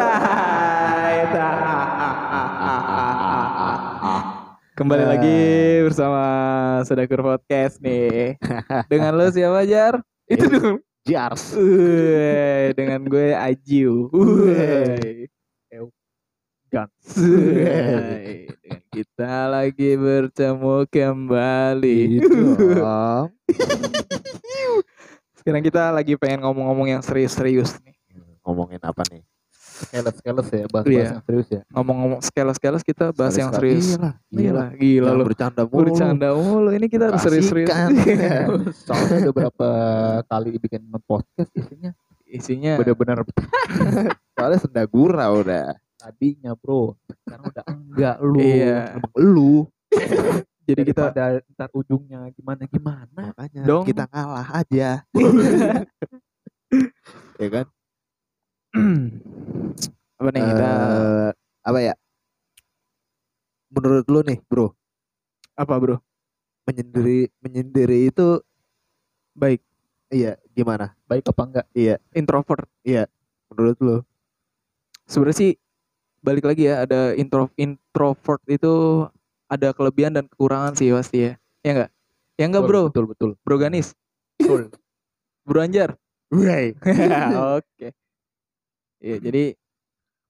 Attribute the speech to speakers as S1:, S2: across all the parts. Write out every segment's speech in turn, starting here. S1: Alright. Kembali lagi
S2: Ah.
S1: bersama Sedakur Podcast nih. Dengan lo siapa Jar? Itu
S2: Iya.
S1: dong.
S2: Jars.
S1: Uy, Dengan gue Ajiu.
S2: Uhuh.
S1: Uy. Ew. Guns. Uy. Dengan kita lagi bertemu kembali.
S2: dong.
S1: Sekarang kita lagi pengen ngomong-ngomong yang serius-serius nih.
S2: Ngomongin apa nih? Keles keles ya, bahas,
S1: Iya.
S2: yang serius ya.
S1: Ngomong-ngomong skelas-skelas kita bahas yang serius. Iya
S2: Iyalah, iyalah.
S1: Gila, gila
S2: Jangan
S1: lo.
S2: bercanda mulu.
S1: Bercanda mulu. Ini kita harus serius-serius.
S2: Iya. Kasihkan. Soalnya udah berapa kali bikin podcast isinya
S1: Isinya
S2: bener-bener. Soalnya senda gurau udah. Tadinya bro, sekarang udah enggak lu.
S1: Iya.
S2: Emang lu.
S1: jadi kita
S2: Daripada ntar ujungnya gimana gimana. Makanya
S1: Dong.
S2: kita ngalah aja. ya kan?
S1: apa nih kita
S2: Eh, apa ya? Menurut lu nih, Bro,
S1: apa bro?
S2: menyendiri menyendiri itu
S1: Baik,
S2: iya gimana? Baik apa enggak? Iya,
S1: introvert.
S2: menurut lu.
S1: Sebenarnya sih balik lagi ya ada intro introvert itu ada kelebihan dan kekurangan sih pasti ya. Ya enggak? Ya enggak, Bro?
S2: Betul, betul.
S1: Bro Ganis,
S2: Betul.
S1: Bro Anjar.
S2: Right.
S1: Oke. Ya,
S2: Hmm.
S1: jadi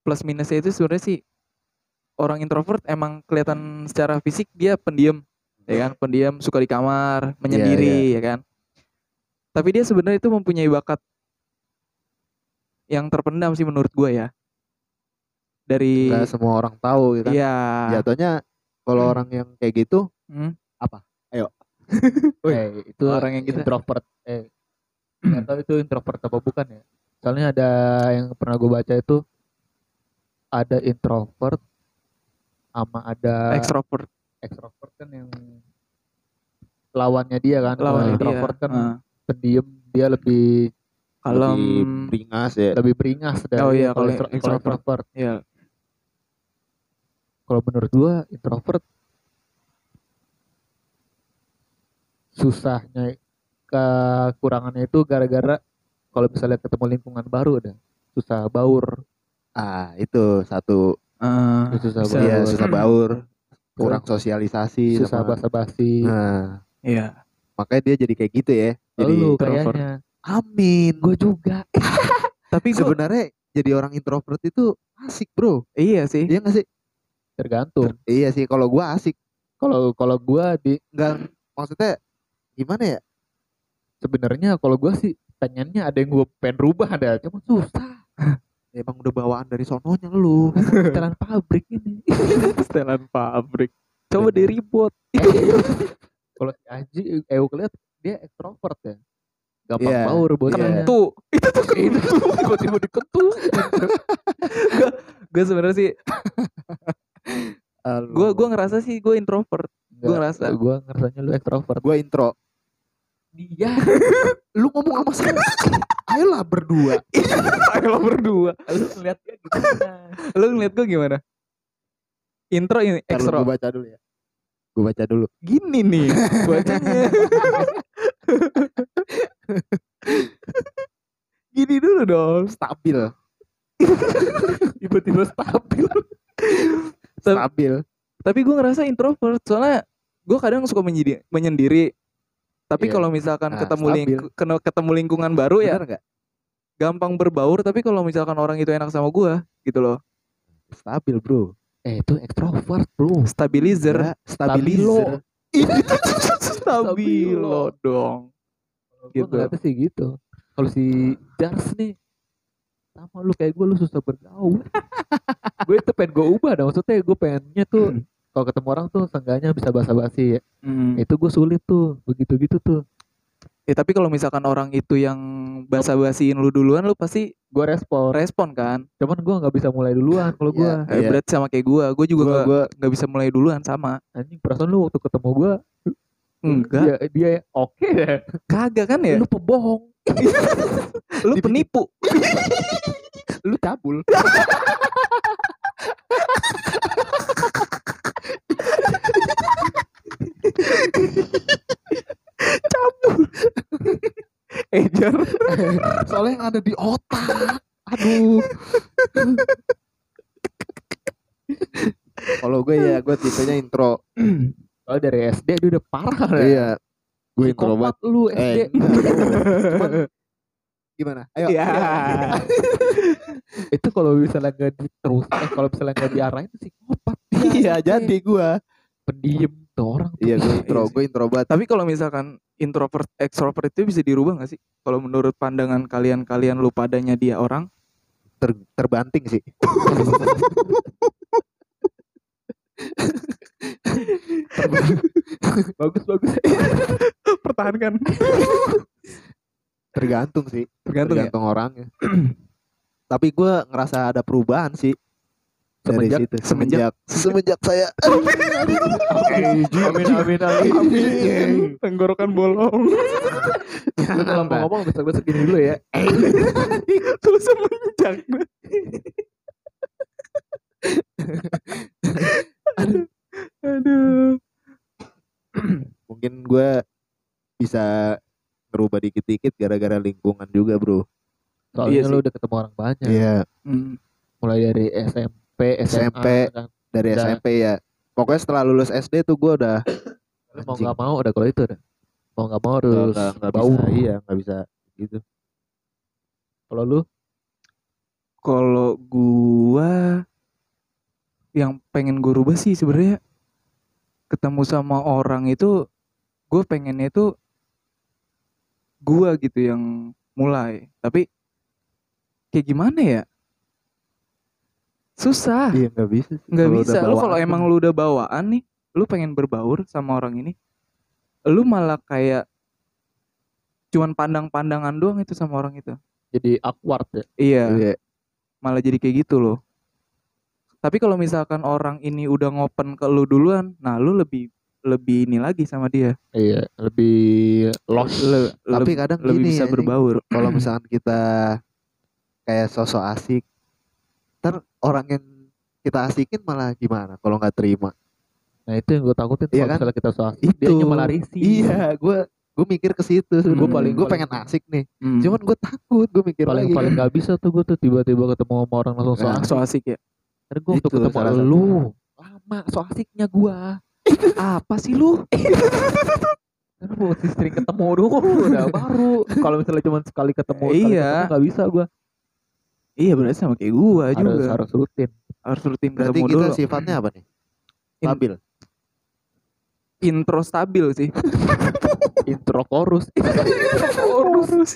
S1: plus minusnya itu sebenarnya sih orang introvert emang kelihatan secara fisik dia pendiam, ya kan? Pendiam, suka di kamar, menyendiri, ya kan? Tapi dia sebenarnya itu mempunyai bakat yang terpendam sih menurut gue ya. Dari
S2: Enggak semua orang tahu gitu kan.
S1: iya.
S2: Jatuhnya kalau
S1: Hmm.
S2: orang yang kayak gitu
S1: Hmm.
S3: Eh, itu
S1: orang yang kita-
S3: introvert. Eh, nggak tahu itu introvert apa bukan ya? Soalnya ada yang pernah gue baca itu ada introvert sama ada
S1: ekstrovert
S3: ekstrovert kan yang lawannya dia kan. Kalau
S1: lawan dia. Ah.
S3: introvert kan
S1: Heeh.
S3: pendiam, dia lebih
S1: Kalau
S2: lebih beringas ya.
S3: lebih beringas dari
S1: Oh iya, kalau
S3: intro-
S1: ekstrovert.
S3: introvert.
S1: ya
S3: Kalau menurut gue introvert susahnya kekurangannya itu gara-gara kalau misalnya ketemu lingkungan baru udah susah baur
S2: Ah, itu satu
S1: eh,
S3: susah
S1: Bisa.
S2: iya
S3: baur
S2: susah
S1: Hmm.
S2: baur, kurang sosialisasi
S3: susah
S2: sama-
S3: basa-basi
S2: Nah,
S1: iya.
S2: makanya dia jadi kayak gitu ya. Jadi
S3: lu
S1: introvert.
S3: kayaknya
S2: amin.
S3: gue juga
S1: Tapi gua,
S2: Sebenarnya jadi orang introvert itu asik, Bro.
S1: iya sih.
S2: Iya gak sih?
S1: Gitu.
S3: tergantung
S2: Iya sih, kalau gua asik.
S3: kalau kalau gue di
S2: Enggak maksudnya gimana ya?
S3: sebenarnya kalau gue sih pengennya ada yang gue pengen rubah ada cuma susah
S2: Ya, Emang udah bawaan dari sononya lu.
S3: jalan pabrik ini
S1: Setelan pabrik. Coba di
S3: Benar.
S1: ribut.
S3: kalau si Aji eh gue lihat dia ekstrovert ya gampang
S2: Iya.
S3: baur bocahnya
S1: Kentu. Itu tuh kentu. Tiba-tiba dikentu. gue sebenarnya sih gue gua ngerasa sih gue introvert Gua ngerasa.
S3: gue ngerasanya lu ekstrovert
S2: gue intro.
S3: dia
S2: Lu ngomong sama saya. Ayolah berdua.
S1: lo berdua
S3: lu ngeliat dia gimana
S1: lo ngeliat gue gimana intro ini
S2: Extra.
S1: ekstro
S2: Gue baca dulu ya. Gue baca dulu.
S1: gini nih bacanya gini dulu dong
S2: Stabil,
S3: tiba-tiba stabil
S1: Tapi-
S2: stabil.
S1: oh tapi gue ngerasa introvert soalnya gue kadang suka menyendiri, menyendiri. tapi
S2: Iya.
S1: kalau misalkan
S2: Nah,
S1: ketemu ling-
S2: stabil.
S1: kena- ketemu lingkungan baru ya
S2: Bener nggak?
S1: gampang berbaur tapi kalau misalkan orang itu enak sama gue gitu loh
S2: Stabil, Bro.
S3: eh itu ekstrovert bro
S1: stabilizer
S2: Ya, stabilizer.
S1: stabilo dong
S3: gitu.
S1: Gitu.
S3: gue ngeliatnya sih gitu kalau si Jars nih sama lu kayak gue lu susah bergaul gue itu pengen gue ubah dah maksudnya gue pengennya tuh kalau ketemu orang tuh seenggaknya bisa basa-basi ya
S1: Mm.
S3: itu gue sulit tuh begitu gitu tuh
S1: Ya, tapi kalau misalkan orang itu yang basa-basiin lu duluan lu pasti
S3: gue respon
S1: respon kan
S3: cuman gue nggak bisa mulai duluan kalau gue
S2: Iya.
S1: Eh, berarti sama kayak gue gue juga
S2: Gue
S1: nggak
S2: gue
S1: nggak bisa mulai duluan sama
S3: anjing perasaan lu waktu ketemu gue
S1: enggak
S3: dia, dia ya, oke deh
S1: kagak kan ya
S3: Hmm, iya. lu pebohong
S1: lu
S2: di-
S1: penipu
S2: lu cabul.
S1: ejar
S2: Soalnya yang ada di otak. Aduh. intro gue ya gue tipenya intro
S3: Kalau dari SD dia udah parah ya.
S2: iya gue intro banget
S3: Psikopat lu SD.
S2: eh cuman gimana ayo
S1: Iya.
S3: itu kalau misalnya nggak terus eh kalau misalnya nggak diarahin psikopat
S2: iya jadi gue
S3: pendiam tuh orang tuh.
S2: iya gue intro
S1: Iya sih.
S2: gue intro banget
S1: Tapi kalau misalkan introvert extrovert itu bisa dirubah nggak sih? Kalau menurut pandangan kalian kalian lu padanya dia orang
S2: Ter- terbanting sih
S3: bagus bagus
S1: pertahankan.
S2: tergantung sih
S1: Tergantung ya.
S2: tergantung orangnya tapi gue ngerasa ada perubahan sih dari
S1: Semenjak-
S2: situ
S1: semenjak-
S2: semenjak semenjak saya
S3: amin amin amin
S1: Tenggorokan bolong.
S3: Lu kalau mau ngomong besok besok gini dulu ya
S1: Lu semenjak. Aduh.
S2: mungkin gue bisa berubah dikit-dikit gara-gara lingkungan juga bro
S3: soalnya
S1: Iya
S3: lu
S1: sih.
S3: udah ketemu orang banyak
S2: iya
S1: Hmm.
S3: mulai dari SMP SMA
S2: SMP.
S3: kan.
S2: dari
S3: Udah.
S2: SMP ya pokoknya setelah lulus SD tuh gue udah
S3: Lu mau
S2: Anjing.
S3: nggak mau udah kalau itu udah mau nggak mau
S2: nggak-
S3: harus
S2: nggak- nggak
S3: bau
S2: bisa iya nggak bisa gitu
S3: kalau lu
S1: Kalau gua yang pengen gua rubah sih sebenarnya ketemu sama orang itu gue pengennya itu gua gitu yang mulai tapi kayak gimana ya susah
S2: iya nggak bisa sih.
S1: nggak
S2: Kalau udah
S1: bisa lu
S2: bawaan iya.
S1: kalau
S2: tuh.
S1: emang lu udah bawaan nih lu pengen berbaur sama orang ini lu malah kayak cuman pandang-pandangan doang itu sama orang itu
S3: jadi awkward ya
S1: iya
S2: Iya.
S1: malah jadi kayak gitu loh. Tapi kalau misalkan orang ini udah ngopen ke lu duluan, nah lu lebih lebih ini lagi sama dia.
S3: iya lebih lost
S1: Le-
S2: tapi
S1: leb-
S2: kadang gini ya,
S1: lebih bisa
S2: anjing.
S1: berbaur.
S2: kalau misalkan kita kayak sosok asik ter orang yang kita asikin malah gimana kalau nggak terima
S3: nah itu yang gue takutin
S2: Iya
S3: kalau
S2: kan?
S3: misalnya kita soal dia
S2: Itu.
S3: malah risih
S2: iya gue gue mikir ke situ
S1: Gua paling-
S2: gue
S3: paling-
S2: pengen asik nih
S1: Hmm.
S2: cuman gue takut gue mikir
S3: paling
S2: lagi
S3: paling nggak bisa tuh gue tuh tiba-tiba ketemu sama orang langsung
S2: Iya. Nah,
S3: soal
S1: so asik ya.
S3: Ntar gue waktu
S2: Itu
S3: ketemu
S2: salah satu.
S3: lu lama so asiknya gua.
S1: Apa sih lu?
S3: Karena gua mesti sering ketemu dulu udah baru. Kalau misalnya cuma sekali ketemu, sekali
S1: Iya.
S3: ketemu nggak bisa gua.
S1: Iya berarti sama kayak gua
S3: Harus
S1: juga. Harus,
S3: harus rutin.
S1: rutin
S2: berarti
S1: ketemu
S2: kita
S1: dulu.
S2: sifatnya apa nih
S1: In-
S2: labil
S1: Intro stabil sih.
S3: Intro chorus.
S1: Terus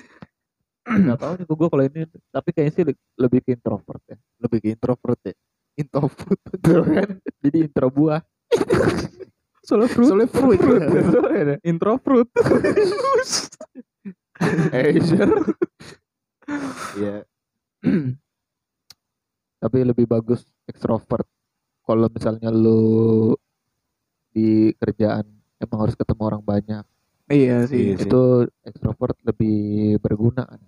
S3: Gak tau nih gua kalau ini. Tapi kayaknya sih le- lebih ke introvert ya.
S2: lebih ke introvert ya introvert kan?
S3: Jadi intro buah.
S1: Soalnya fruit.
S2: soalnya fruit
S1: Intro fruit.
S2: iya
S3: Tapi lebih bagus extrovert. Kalau misalnya lu di kerjaan emang harus ketemu orang banyak.
S1: iya sih.
S2: Iya. sih.
S3: itu ekstrovert lebih berguna kan,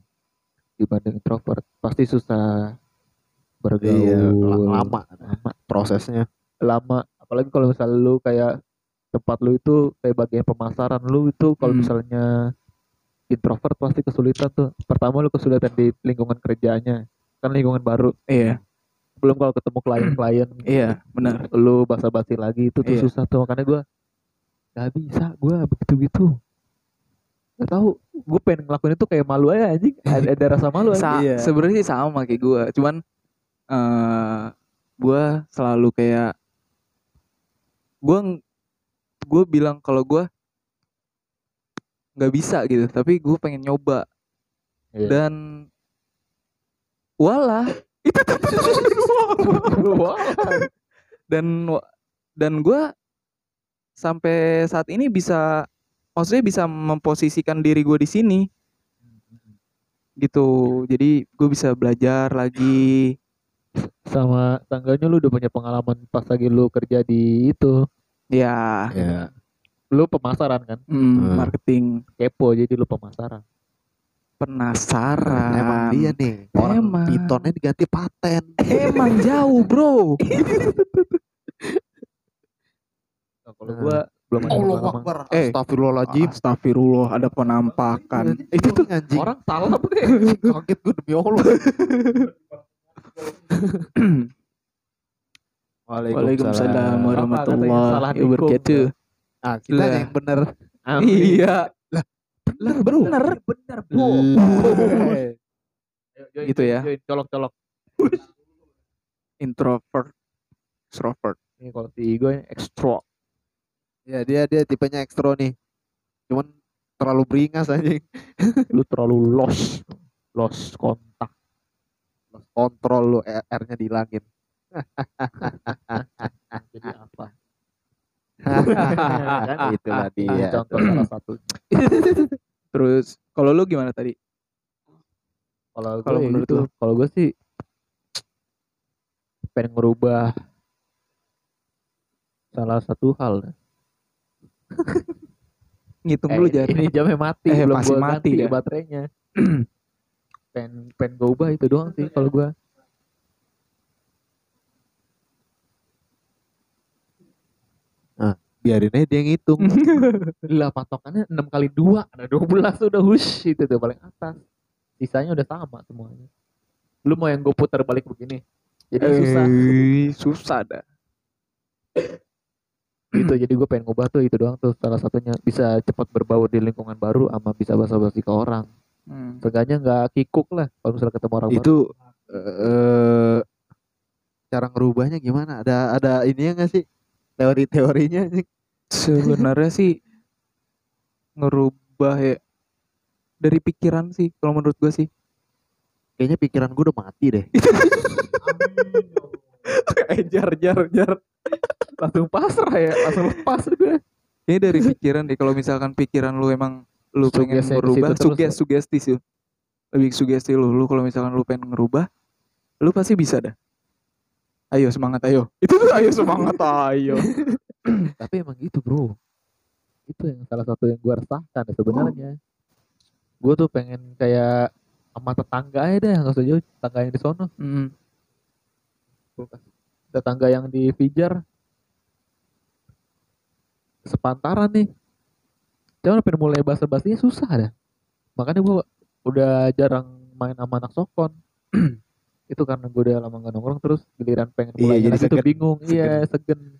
S3: dibanding introvert pasti susah bergaul
S2: iya la- lama
S3: lama
S2: prosesnya
S3: lama apalagi kalau misalnya lu kayak tempat lu itu kayak bagian pemasaran lu itu kalau
S1: Hmm.
S3: misalnya introvert pasti kesulitan tuh pertama lu kesulitan di lingkungan kerjaannya kan lingkungan baru
S1: Iya.
S3: belum kalau ketemu klien-klien gitu.
S1: Iya, benar.
S3: lu basa-basi lagi itu tuh
S1: Iya.
S3: susah tuh makanya gua gak bisa gua begitu gitu gak tahu gue pengen ngelakuin itu kayak malu aja anjing ada, ada rasa malu aja.
S1: Sa-
S2: Iya.
S1: sebenarnya sih sama kayak gue cuman eh gue selalu kayak gue gue bilang kalau gue nggak bisa gitu tapi gue pengen nyoba
S3: Iya.
S1: dan walah itu
S3: Wah.
S1: dan wa- dan gue sampai saat ini bisa maksudnya bisa memposisikan diri gue di sini gitu jadi gue bisa belajar lagi
S3: sama tangganya lu udah punya pengalaman pas lagi lu kerja di itu
S1: ya
S2: iya
S3: lu pemasaran kan
S1: mm,
S2: Hmm.
S1: marketing
S3: kepo jadi lu pemasaran
S1: penasaran
S2: emang dia nih orang
S1: Emang.
S2: pitonnya diganti paten
S1: Emang jauh bro
S3: nah, kalau gua belum ada pengalaman
S1: Eh.
S2: Astagfirullahaladzim
S1: Astagfirullah ada penampakan
S2: itu tuh anjing
S3: orang salah kayak
S2: kaget gue demi Allah
S1: Waalaikumsalam
S3: Salah
S1: warahmatullahi
S3: tikung.
S1: wabarakatuh.
S2: Ah, kita
S1: Lah.
S2: yang bener.
S1: Iya,
S2: Bener, bro.
S1: bener.
S3: Bener, bro. Eh,
S1: Gitu ya.
S3: Colok-colok.
S1: Introvert, extrovert.
S3: Ini kalau si Igo ini extra.
S2: Ya, dia dia tipenya ekstro nih. Cuman terlalu beringas anjing.
S3: Lu terlalu lost. Lost kontak.
S2: Kontrol lu R- R-nya dihilangin.
S3: Jadi apa?
S2: Kan itu tadi ya.
S1: iya.
S3: Ah, Iya, Contoh salah satu.
S1: Terus kalau lu gimana tadi?
S3: Kalau
S1: Kalau
S3: gue ya
S1: menurut
S3: gitu.
S1: lu?
S3: Kalau gue sih pengen ngerubah salah satu hal.
S1: Ngitung
S3: Eh,
S1: dulu jaraknya.
S3: Ini jamnya mati,
S1: Eh,
S3: belum
S1: masih
S3: gua
S1: mati
S3: ganti
S1: ya.
S3: baterainya. pen pen gue ubah itu doang sih kalau gue.
S2: Biarin aja dia ngitung.
S3: Lah patokannya 6 kali 2 Ada 12 udah hush Itu tuh paling atas Sisanya udah sama semuanya Lu mau yang gue putar balik begini Jadi susah
S1: Eh, susah dah.
S3: gitu Jadi gue pengen ngubah tuh itu doang tuh Salah satunya Bisa cepat berbaur di lingkungan baru Sama bisa basa-basi ke orang
S1: Hmm.
S3: Seenggaknya gak kikuk lah Kalau misalnya ketemu orang baru
S2: itu eh cara ngerubahnya gimana? Ada ada ininya nggak sih? Teori-teorinya anjing.
S1: Sebenarnya sih ngerubah ya dari pikiran sih kalau menurut gua sih.
S2: Kayaknya pikiran gue udah mati deh.
S1: Eh, jar jar jar.
S3: Langsung pasrah ya Langsung lepas gue
S1: Ini dari pikiran deh. Kalau misalkan pikiran lu emang lu pengen
S3: Sugesti-
S1: ngerubah,
S3: situ terus
S1: suges sugesti sih. Lebih sugesti lu. Lu kalau misalkan lu pengen ngerubah, lu pasti bisa dah. Ayo semangat ayo. Itu tuh ayo semangat ayo.
S3: Tapi emang gitu bro Itu yang salah satu yang gue resahkan ya sebenarnya
S2: Oh.
S3: Gue tuh pengen kayak sama tetangga aja deh nggak usah jauh tetangga yang di sono
S1: Hmm.
S3: tetangga yang di Fijar sepantaran nih cuman pengen mulai bahasa basinya susah dah makanya gue udah jarang main sama anak sokon itu karena gue udah lama gak nongkrong terus giliran pengen
S2: Iya,
S3: mulai
S2: jadi
S3: lagi tuh
S2: segen.
S3: bingung iya segen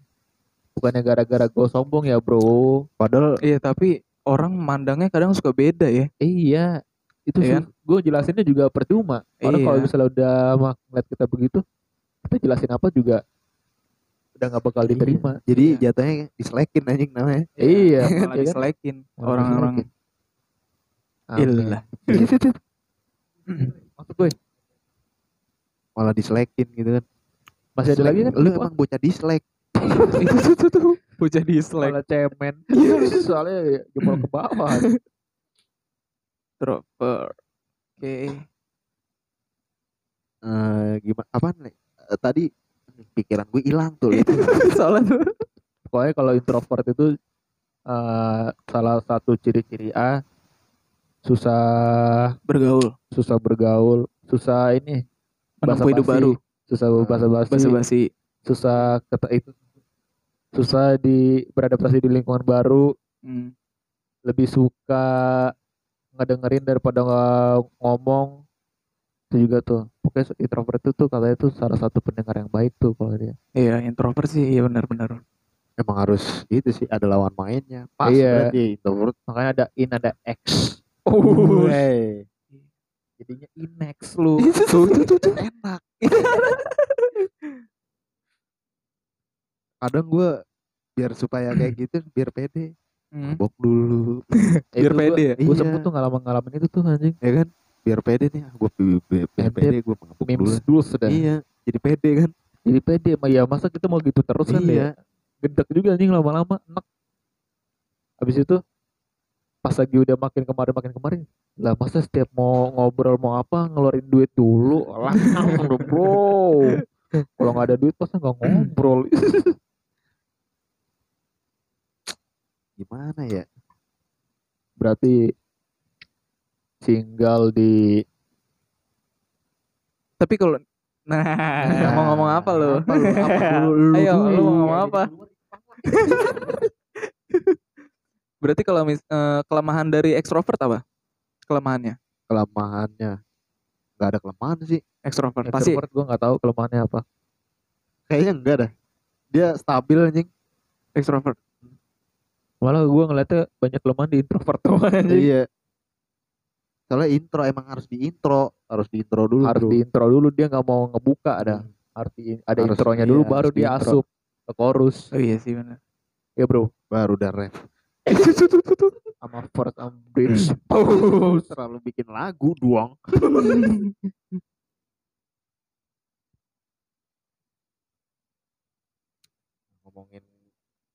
S3: bukannya gara-gara gue sombong ya bro
S2: Padahal
S1: Iya tapi orang mandangnya kadang suka beda ya.
S3: Eh, iya itu
S1: Iya
S3: sih gue jelasinnya juga percuma orang
S1: Iya.
S3: kalau misalnya udah mah ngeliat kita begitu kita jelasin apa juga udah nggak bakal diterima
S2: jadi jatuhnya dislekin anjing namanya.
S1: Ya.
S3: Iya,
S1: Malah
S3: iya kan?
S1: diselekin
S3: Malah
S1: orang-orang. Iya.
S3: Aneh.
S1: Ilah.
S3: Iya. Maksud gue,
S2: Malah dislekin gitu kan.
S3: masih ada lagi kan?
S2: Lu
S3: Gitu,
S2: emang bocah dislike.
S1: itu tuh tuh tuh. Bocah
S3: ah,
S1: dislike.
S3: malah cemen. Iya, Soalnya jempol ke bawah.
S1: Introvert. Oke.
S2: Eh gimana apa nih? Eh, tadi pikiran gue hilang tuh. Le.
S1: Soalnya tuh.
S3: Pokoknya kalau introvert itu eh, salah satu ciri-ciri A susah
S1: Bergaul.
S3: susah bergaul, susah ini
S1: Menempuh hidup baru.
S3: basa-basi,
S1: Nah,
S3: susah bahasa basi,
S1: Basa-basi.
S3: susah kata itu susah di beradaptasi di lingkungan baru,
S1: Hmm.
S3: lebih suka ngedengerin daripada nge- ngomong itu juga tuh pokoknya introvert itu tuh katanya tuh salah satu pendengar yang baik tuh kalau dia
S1: Iya introvert sih. Iya benar-benar.
S2: Emang harus itu sih ada lawan mainnya. Pas
S3: Iya.
S2: berarti introvert.
S3: makanya ada in ada x
S1: Oh.
S2: Wey.
S3: jadinya inex lu
S1: Tuh tuh tuh. tuh.
S2: enak. Kadang gue biar supaya kayak gitu biar pede
S1: Hmm.
S2: mabok dulu
S3: Eh,
S1: Biar pede ya?
S3: gue
S2: Iya.
S3: sempet tuh ngalamin ngalamin itu tuh anjing
S2: ya kan biar pede nih gue biar
S3: Pede.
S2: pede gue mabok dulu
S3: memes dulu sudah
S2: iya jadi pede kan
S3: jadi pede ma ya masa kita mau gitu terus kan
S2: Iya.
S3: ya gedek juga anjing lama-lama enak habis itu pas lagi udah makin kemarin makin kemarin lah masa setiap mau ngobrol mau apa ngeluarin duit dulu lah udah, bro kalau nggak ada duit pasti nggak ngobrol
S2: gimana ya
S3: berarti single di
S1: Tapi kalau Nah, mau ngomong Nah, apa lo?
S2: apa lu apa dulu lu
S1: Ayo,
S2: dulu.
S1: lu mau ngomong apa? Berarti kalau mis- eh, kelemahan dari ekstrovert apa? Kelemahannya
S2: kelemahannya nggak ada kelemahan sih
S1: ekstrovert pasti
S3: gue nggak tahu kelemahannya apa
S2: kayaknya enggak dah dia stabil anjing
S1: ekstrovert
S3: Malah gue ngeliatnya banyak kelemahan di introvert tuh anjing.
S2: iya soalnya intro emang harus di intro harus di intro dulu
S3: Harus
S2: bro.
S3: di intro dulu dia nggak mau ngebuka ada.
S1: Hmm.
S3: Harus di- ada
S2: Harus-
S3: intronya
S2: iya,
S3: dulu baru
S2: harus di
S3: dia
S2: intro.
S3: asup ke chorus.
S1: oh iya sih benar
S3: Ya bro.
S2: baru dan ref
S3: Sama first sama bridge.
S1: Hmm.
S2: terlalu bikin lagu doang ngomongin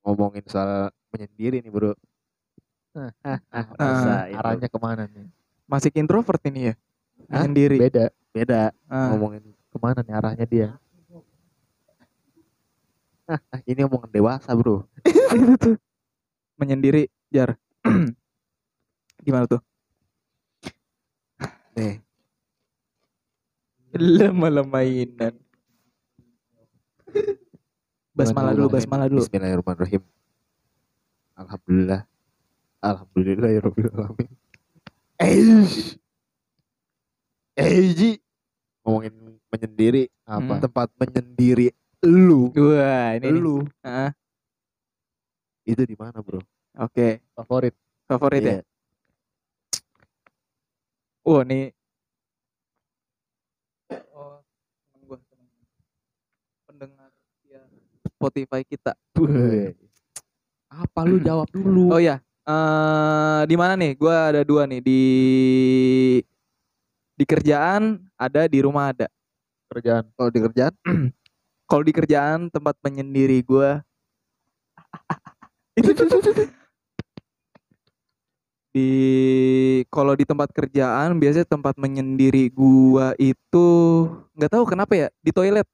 S2: ngomongin soal menyendiri nih bro
S3: Nah,
S1: Ah,
S2: Masa itu?
S3: Arahnya kemana nih?
S1: masih ke introvert ini ya
S2: Hah?
S1: sendiri
S3: Beda.
S2: beda
S1: Ah,
S2: ngomongin
S3: Kemana nih arahnya dia?
S2: ah, ini ngomongin dewasa bro
S1: itu tuh menyendiri jar gimana tuh
S2: nih
S1: lama mainan basmalah dulu
S2: Bismillahirrahmanirrahim.
S1: basmalah dulu
S2: Bismillahirrahmanirrahim Alhamdulillah Alhamdulillah ya Rabbil Alamin Eish Eiji Ngomongin menyendiri
S1: Apa?
S2: Tempat menyendiri Lu
S1: wah ini nih.
S2: Lu
S1: Ah,
S2: Itu di mana bro?
S1: oke
S3: Favorit.
S1: favorit ya
S2: Iya.
S1: Wah nih. Oh, temen gua, temen gua. Pendengar setia Spotify kita.
S2: Wih.
S3: Apa lu jawab dulu?
S1: Oh ya, eh di mana nih? Gua ada dua nih di di kerjaan ada di rumah ada.
S3: Kerjaan.
S2: Kalau di kerjaan
S1: Kalau di kerjaan tempat menyendiri gua. Itu tuh, tuh, tuh, tuh. di kalau di tempat kerjaan biasanya tempat menyendiri gua itu nggak tahu kenapa ya di toilet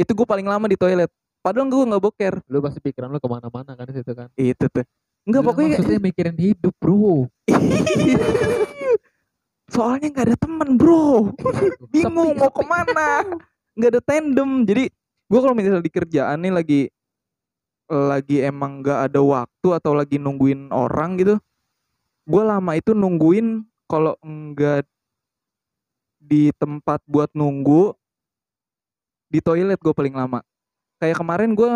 S1: itu gue paling lama di toilet padahal gue nggak boker
S3: Lu pasti pikiran lu kemana-mana kan di situ kan?
S1: itu tuh nggak
S3: Lu
S1: pokoknya
S3: maksudnya mikirin hidup bro.
S1: soalnya nggak ada temen bro bingung
S3: Sepi,
S1: mau
S3: sepi.
S1: kemana nggak ada tandem jadi gue kalau misalnya di kerjaan nih lagi lagi emang nggak ada waktu atau lagi nungguin orang gitu gue lama itu nungguin kalau enggak di tempat buat nunggu di toilet gue paling lama kayak kemarin gue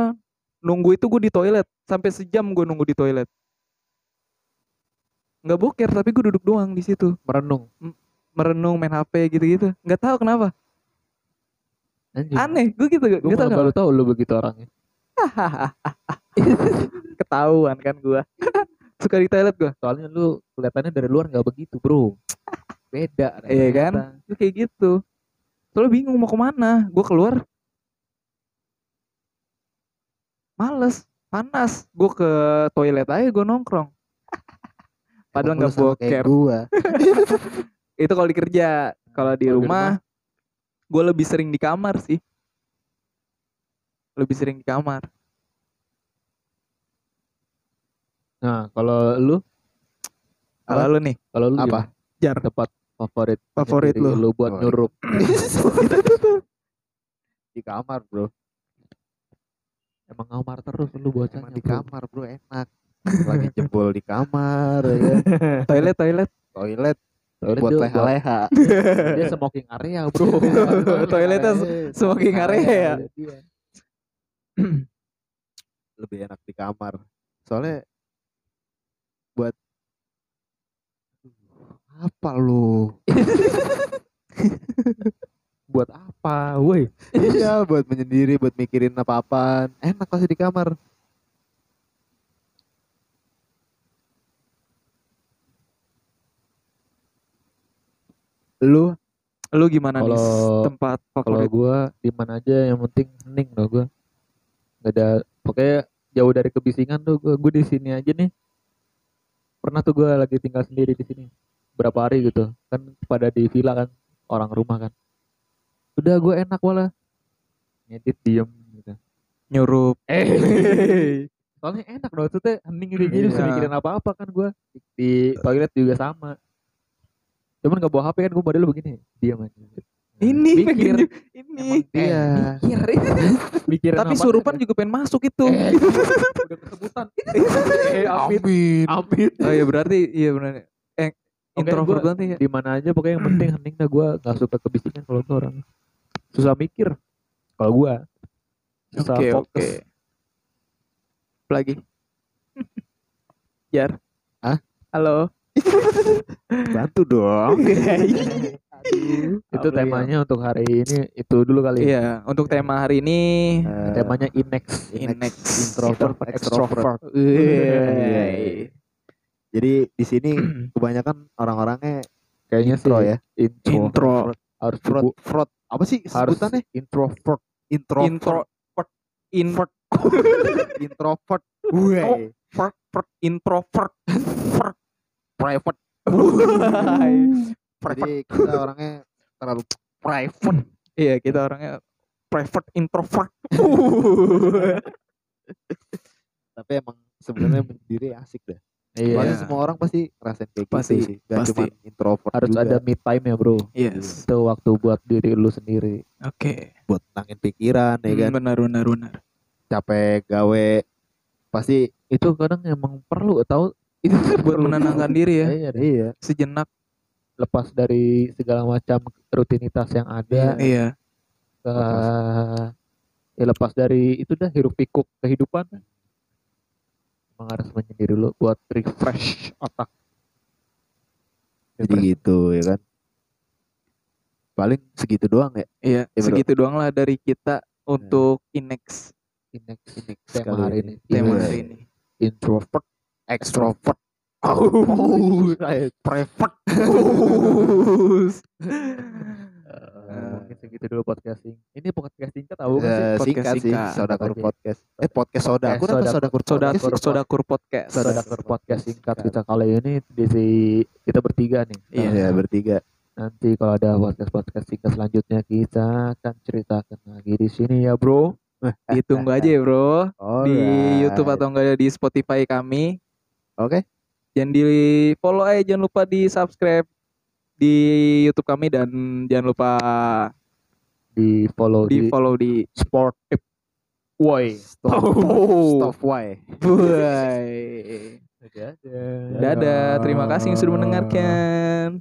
S1: nunggu itu gue di toilet sampai sejam gue nunggu di toilet nggak boker tapi gue duduk doang di situ
S3: Merenung.
S1: merenung main HP gitu-gitu nggak tahu kenapa
S3: Anjing.
S1: aneh gue gitu
S3: Gue
S1: nggak tahu
S3: baru tahu lu begitu orangnya.
S1: kenapa. ketahuan kan gue suka di toilet gue
S3: Soalnya lu kelihatannya dari luar nggak begitu bro. Beda.
S1: Iya kan?
S3: ternyata.
S1: Gue kayak gitu soalnya bingung mau kemana gue keluar males panas gue ke toilet aja gue nongkrong Padahal
S2: Emang lu
S1: nggak
S2: sama kayak
S1: boker.
S2: gua.
S1: itu kalau di kerja kalau di
S3: Kalau di
S1: rumah gue lebih sering di kamar sih lebih sering di kamar
S3: Nah kalau lu
S1: kalau
S2: Apa?
S1: lu nih
S3: kalau lu
S2: Apa? Oh, iya.
S3: gimana? tempat favorit
S1: Favorit
S3: sendiri
S1: lu.
S3: lu buat
S2: Favorit.
S3: nyuruh
S2: Di kamar bro
S3: emang ngamar terus lu bocahnya
S2: Emang di
S3: bro.
S2: kamar bro enak Lagi jebol di kamar ya kan.
S1: toilet toilet
S2: Toilet
S3: Soalnya
S2: buat
S3: dia-
S2: leha-leha
S3: dia smoking area bro
S1: Toiletnya semakin area ya
S3: Nah, Iya.
S2: lebih enak di kamar. Soalnya buat apa lu?
S3: buat apa woi
S2: iya, buat menyendiri, buat mikirin apa-apaan. Enak pasti di kamar. Lu
S1: Lu gimana nih s-
S3: Kalau-
S1: tempat
S3: kalau
S1: favorit?
S3: gua di mana aja yang penting hening loh gua nggak ada pokoknya jauh dari kebisingan tuh gua gua di sini aja nih pernah tuh gua lagi tinggal sendiri di sini berapa hari gitu kan pada di villa kan orang rumah kan udah gua enak wala ngedit diem gitu
S1: Nyurup.
S3: eh soalnya enak loh itu teh hening gitu jadi bisa
S1: Iya.
S3: mikirin apa apa kan gua di, di toilet juga sama cuman nggak bawa hp kan gua model begini diem aja
S1: Ini
S3: mikir
S1: pengen ju- ini.
S3: Emang
S2: Iya.
S3: mikir mikir
S1: Tapi surupan juga pengen masuk itu.
S3: Eh. udah kesebutan eh, amit
S2: amin.
S3: amit
S1: oh iya berarti iya benar. Eh, introvert
S3: gua-
S1: banget ya.
S3: di mana aja pokoknya yang penting hening dah gua nggak suka kebisingan kalau gua orang susah mikir kalau gua Bisa
S1: Oke,
S3: fokus.
S1: oke. Apa Lagi. Jar.
S2: Hah?
S1: Halo.
S3: Nah,
S2: Bantu dong.
S3: Itu
S1: Apa
S3: temanya untuk hari ini itu dulu kali.
S1: Iya, untuk tema hari ini
S2: Eh,
S3: Temanya Inex.
S1: Inex.
S2: introvert, extrovert.
S1: Iya. Wey.
S2: iya, Jadi di sini kebanyakan orang-orangnya
S3: Kayaknya sih
S2: intro ya.
S3: intro.
S1: intro
S3: Harus
S2: Frot,
S3: dibu-
S2: frot. Apa sih
S3: harus
S2: sebutannya?
S3: introvert.
S2: Intro,
S1: intro introvert
S2: introvert. Weh.
S1: Oh. introvert Vert. private private
S2: Jadi kita orangnya terlalu
S1: private iya kita orangnya private introvert
S2: tapi emang sebenarnya sendiri asik dah.
S3: Iya.
S2: Pasti semua orang pasti ngerasain kayak
S1: Pasti,
S2: gitu sih. Gak
S1: pasti.
S2: cuma introvert
S3: Harus
S2: juga.
S3: ada me time ya, Bro.
S1: yes
S3: Itu waktu buat diri lu sendiri.
S1: oke
S2: buat nangin pikiran ya kan.
S1: Hmm, benar benar benar
S2: Capek gawe pasti
S3: Itu kadang emang perlu tahu
S1: itu buat menenangkan diri ya
S3: Iya, deh.
S2: iya
S1: sejenak
S3: lepas dari segala macam rutinitas yang ada
S1: iya
S3: ke ya lepas dari itu dah hiruk pikuk kehidupan emang harus menyendiri dulu buat refresh otak
S2: jadi gitu ya kan. Paling segitu doang ya.
S1: iya
S2: Iya, bro.
S1: segitu doang lah dari kita untuk inex
S3: Inex
S2: Inex
S3: tema
S2: kali
S3: hari ini
S1: tema
S2: Iya.
S1: hari ini
S3: introvert Eh,
S2: Extrovert.
S1: Oh, private.
S3: Eh, mungkin segitu dulu podcasting ini podcast singkat tahu kan sih
S2: Eh,
S1: podcast
S2: singkat sih
S1: singkat.
S2: Sodakur
S3: Apa aja?
S2: podcast. Eh podcast soda.
S3: Eh,
S2: Aku nonton
S3: Sodakur-
S2: Sodakur
S1: Soda
S2: Podcast.
S1: Sodakur Podcast.
S2: Sodakur.
S3: Saudara podcast singkat kita kali ini di si- kita bertiga nih
S1: Iya.
S2: Iya, bertiga.
S3: nanti kalau ada podcast podcast singkat selanjutnya kita akan ceritakan lagi di sini ya bro
S1: Ditunggu aja ya, Bro. Di
S2: Alright.
S1: YouTube atau enggak ya, di Spotify kami.
S2: Oke.
S1: Jangan di follow aja, jangan lupa di subscribe di YouTube kami dan jangan lupa
S3: di follow
S1: di follow di
S3: sport woi
S2: Stop.
S1: Oh.
S2: Stop why.
S1: Bye.
S3: dadah
S1: Dadah, terima kasih yang sudah mendengarkan.